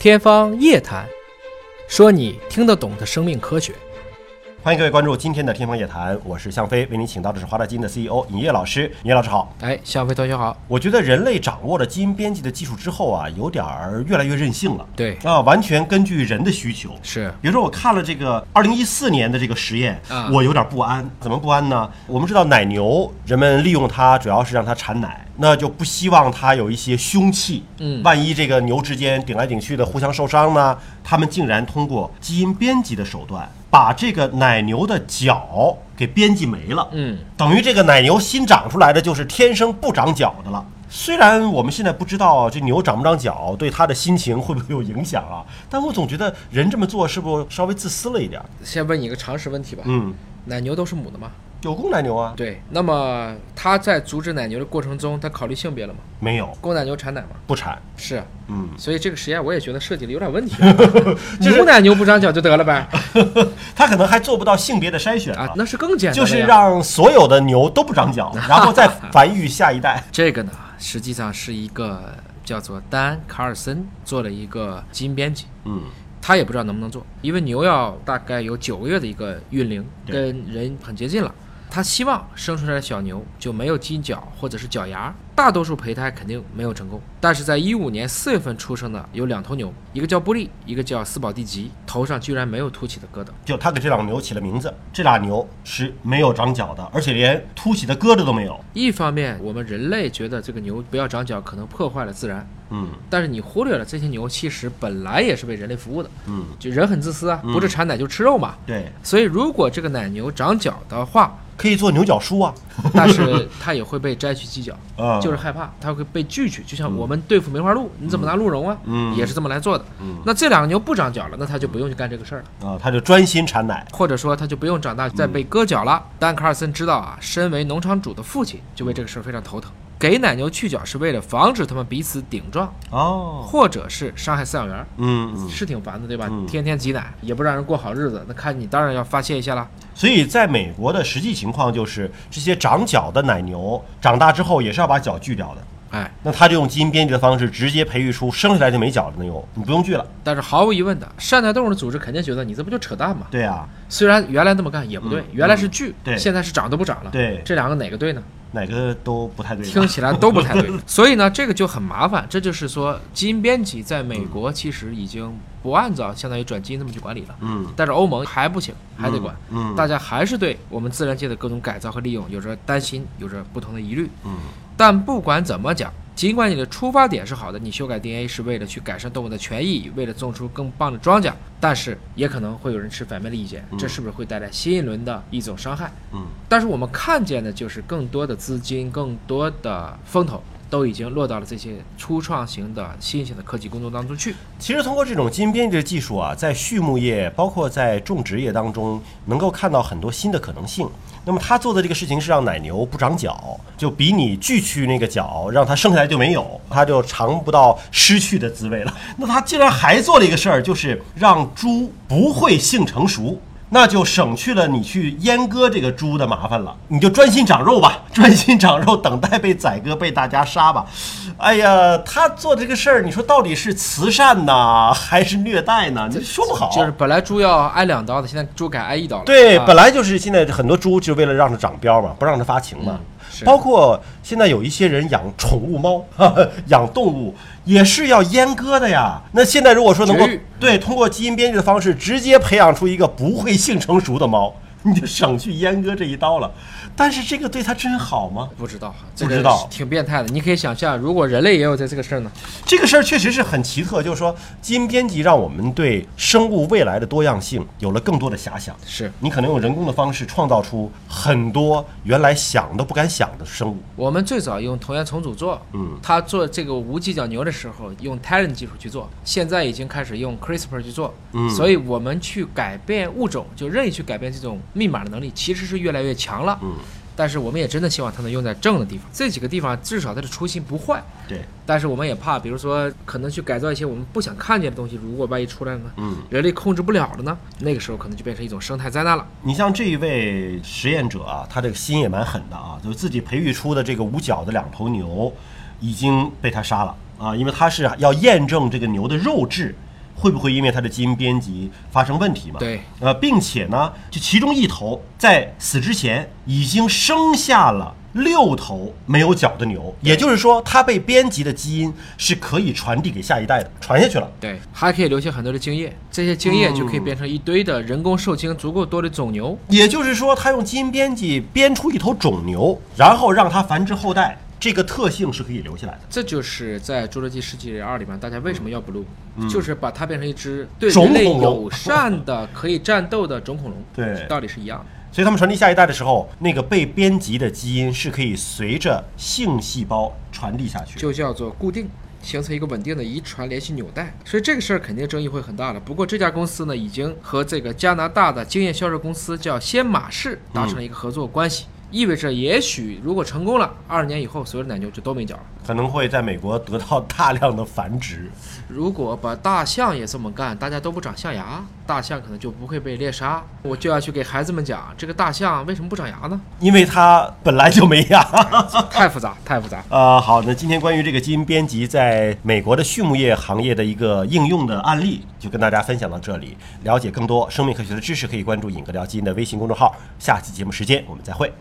天方夜谭，说你听得懂的生命科学。欢迎各位关注今天的《天方夜谭》，我是向飞，为您请到的是华大基因的 CEO 尹烨老师。尹烨老师好，哎，小飞同学好，我觉得人类掌握了基因编辑的技术之后啊，有点儿越来越任性了。对啊，完全根据人的需求。是比如说我看了这个二零一四年的这个实验啊，我有点不安。怎么不安呢？我们知道奶牛，人们利用它主要是让它产奶，那就不希望它有一些凶器。嗯，万一这个牛之间顶来顶去的互相受伤呢？他们竟然通过基因编辑的手段。把这个奶牛的角给编辑没了，嗯，等于这个奶牛新长出来的就是天生不长角的了。虽然我们现在不知道这牛长不长角对它的心情会不会有影响啊，但我总觉得人这么做是不是稍微自私了一点儿？先问你一个常识问题吧。嗯，奶牛都是母的吗？有公奶牛啊？对，那么它在阻止奶牛的过程中，它考虑性别了吗？没有，公奶牛产奶吗？不产。是啊，嗯， 所以这个实验我也觉得设计的有点问题啊。母奶牛不长角就得了 呗？它可能还做不到性别的筛选啊啊，，那是更简单就了呀，是让所有的牛都不长 角，然后再繁育下一代。这个呢，实际上是一个叫做丹·卡尔森做了一个基因编辑，嗯，他也不知道能不能做，因为牛要大概有九个月的一个孕龄，对跟人很接近了。他希望生出来的小牛就没有犄角或者是角牙，大多数胚胎肯定没有成功。但是在一五年四月份出生的有两头牛，一个叫布利，一个叫斯宝蒂吉，头上居然没有凸起的疙瘩。就他给这两牛起了名字，这俩牛是没有长角的，而且连凸起的疙瘩都没有。一方面，我们人类觉得这个牛不要长角可能破坏了自然，嗯但是你忽略了这些牛其实本来也是为人类服务的，嗯，就人很自私啊，不是产奶就吃肉嘛。对，所以如果这个奶牛长角的话，可以做牛角梳啊。 但是它也会被摘去犄角，啊就是害怕它会被拒去，就像我们对付梅花鹿，你怎么拿鹿茸啊？嗯也是这么来做的。嗯那这两个牛不长角了，那它就不用去干这个事儿了。啊，他就专心产奶。或者说他就不用长大再被割脚了。嗯丹卡尔森知道啊，身为农场主的父亲就为这个事儿非常头疼。给奶牛去角是为了防止它们彼此顶撞，哦，或者是伤害饲养员，嗯嗯。是挺烦的，对吧？嗯天天挤奶也不让人过好日子，那看你当然要发泄一下啦。所以在美国的实际情况就是，这些长角的奶牛长大之后也是要把角锯掉的。哎，那他就用基因编辑的方式，直接培育出生下来就没角的牛，你不用锯了。但是毫无疑问的，善待动物的组织肯定觉得你这不就扯淡吗？对啊，虽然原来那么干也不对，原来是锯，嗯对现在是长都不长了，对这两个哪个对呢？哪个都不太对吧。听起来都不 太对。所以呢，这个就很麻烦。这就是嗯说，基因编辑在美国其实已经不按照相当于转基因这么去管理了。嗯但是欧盟还不行，还得管。嗯大家还是对我们自然界的各种改造和利用有着担心，有着不同的疑虑。嗯但不管怎么讲，尽管你的出发点是好的，你修改 DNA 是为了去改善动物的权益，为了种出更棒的庄稼，但是也可能会有人持反面的意见，这是不是会带来新一轮的一种伤害？嗯，但是我们看见的就是更多的资金、更多的风投都已经落到了这些初创型的新型的科技工作当中去。其实通过这种基因编辑的技术啊，在畜牧业包括在种植业当中，能够看到很多新的可能性。那么他做的这个事情是让奶牛不长角，就比你锯去那个角，让它生下来就没有，它就尝不到失去的滋味了。那他竟然还做了一个事儿，就是让猪不会性成熟。那就省去了你去阉割这个猪的麻烦了，你就专心长肉吧，专心长肉，等待被宰割，被大家杀吧。哎呀，他做这个事儿，你说到底是慈善呐，还是虐待呢？你说不好。啊就是本来猪要挨两刀的，现在猪改挨一刀了。对，啊本来就是现在很多猪就为了让它长膘嘛，不让它发情嘛。嗯是包括现在有一些人养宠物猫， 哈哈，养动物也是要阉割的呀。那现在如果说能够绝育对通过基因编辑的方式直接培养出一个不会性成熟的猫， 你就省去阉割这一刀了。但是这个对它真好吗？不知道哈，不知道这个挺变态的。你可以想象，如果人类也有这这个事儿呢？这个事儿确实是很奇特，就是说基因编辑让我们对生物未来的多样性有了更多的遐想。是你可能用人工的方式创造出很多原来想都不敢想的生物。我们最早用同源重组做，嗯，他做这个无犄角牛的时候用 Talent 技术去做，现在已经开始用 CRISPR 去做，嗯，所以我们去改变物种，就任意去改变这种密码的能力，其实是越来越强了，嗯，但是我们也真的希望它能用在正的地方，这几个地方至少它的初心不坏，对，但是我们也怕，比如说可能去改造一些我们不想看见的东西，如果万一出来呢，嗯，人类控制不了了呢，那个时候可能就变成一种生态灾难了。你像这一位实验者啊，他这个心也蛮狠的啊，就是自己培育出的这个无角的两啊头牛，已经被他杀了啊，因为他是要验证这个牛的肉质会不会因为它的基因编辑发生问题嘛？对，呃，并且呢，就其中一头在死之前已经生下了。六头没有脚的牛，也就是说，它被编辑的基因是可以传递给下一代的，传下去了。对，还可以留下很多的精液，这些精液就嗯可以变成一堆的人工受精足够多的种牛。也就是说，它用基因编辑编出一头种牛，然后让它繁殖后代，这个特性是可以留下来的。这就是在《侏罗纪世纪二》里面，大家为什么要 blue，、就是把它变成一只对嗯种人类恐龙友善的、可以战斗的种恐龙。对道理是一样的。所以他们传递下一代的时候，那个被编辑的基因是可以随着性细胞传递下去。就叫做固定，形成一个稳定的遗传联系纽带。所以这个事儿肯定争议会很大了。不过这家公司呢，已经和这个加拿大的经验销售公司叫先马仕达嗯成了一个合作关系，意味着也许如果成功了，二十年以后所有的奶牛就都没脚了。可能会在美国得到大量的繁殖。如果把大象也这么干，大家都不长象牙，大象可能就不会被猎杀。我就要去给孩子们讲，这个大象为什么不长牙呢？因为它本来就没牙。太复杂，太复杂。呃， 好，那今天关于这个基因编辑在美国的畜牧业行业的一个应用的案例，就跟大家分享到这里。了解更多生命科学的知识，可以关注“尹哥聊基因”的微信公众号。下期节目时间，我们再会。